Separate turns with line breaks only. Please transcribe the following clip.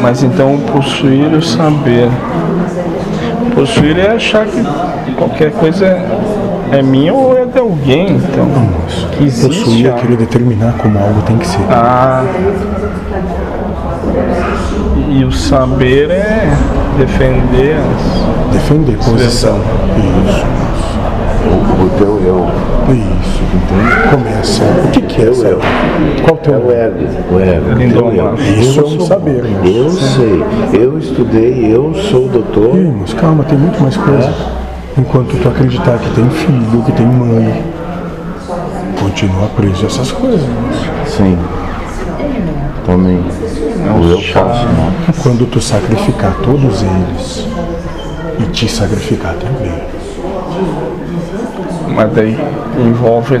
Mas então possuir o saber. Possuir é achar que qualquer coisa é minha ou é de alguém, então.
Não, moço.
Que existe
Possuir é
algo.
querer determinar como algo tem que ser.
Ah. E o saber é defender as...
Defender
Expressão.
posição. Isso.
O, o teu eu.
Isso. Começa. O que, que é
Teu eu.
saber? Qual o teu
É o
eu?
ego. O ego.
Tem
teu
dom,
eu.
acho.
Isso
Eu
é um
sou-
saber, moço.
Então, Eu sei. Eu estudei, eu sou doutor.
Ih, moço, calma, tem muito mais coisa.
É?
Enquanto tu acreditar que tem filho, que tem mãe, continua preso a essas coisas. moço.
Sim. Também. O eu né? falso, não.
Quando tu sacrificar todos eles e te sacrificar também.
Mas daí envolve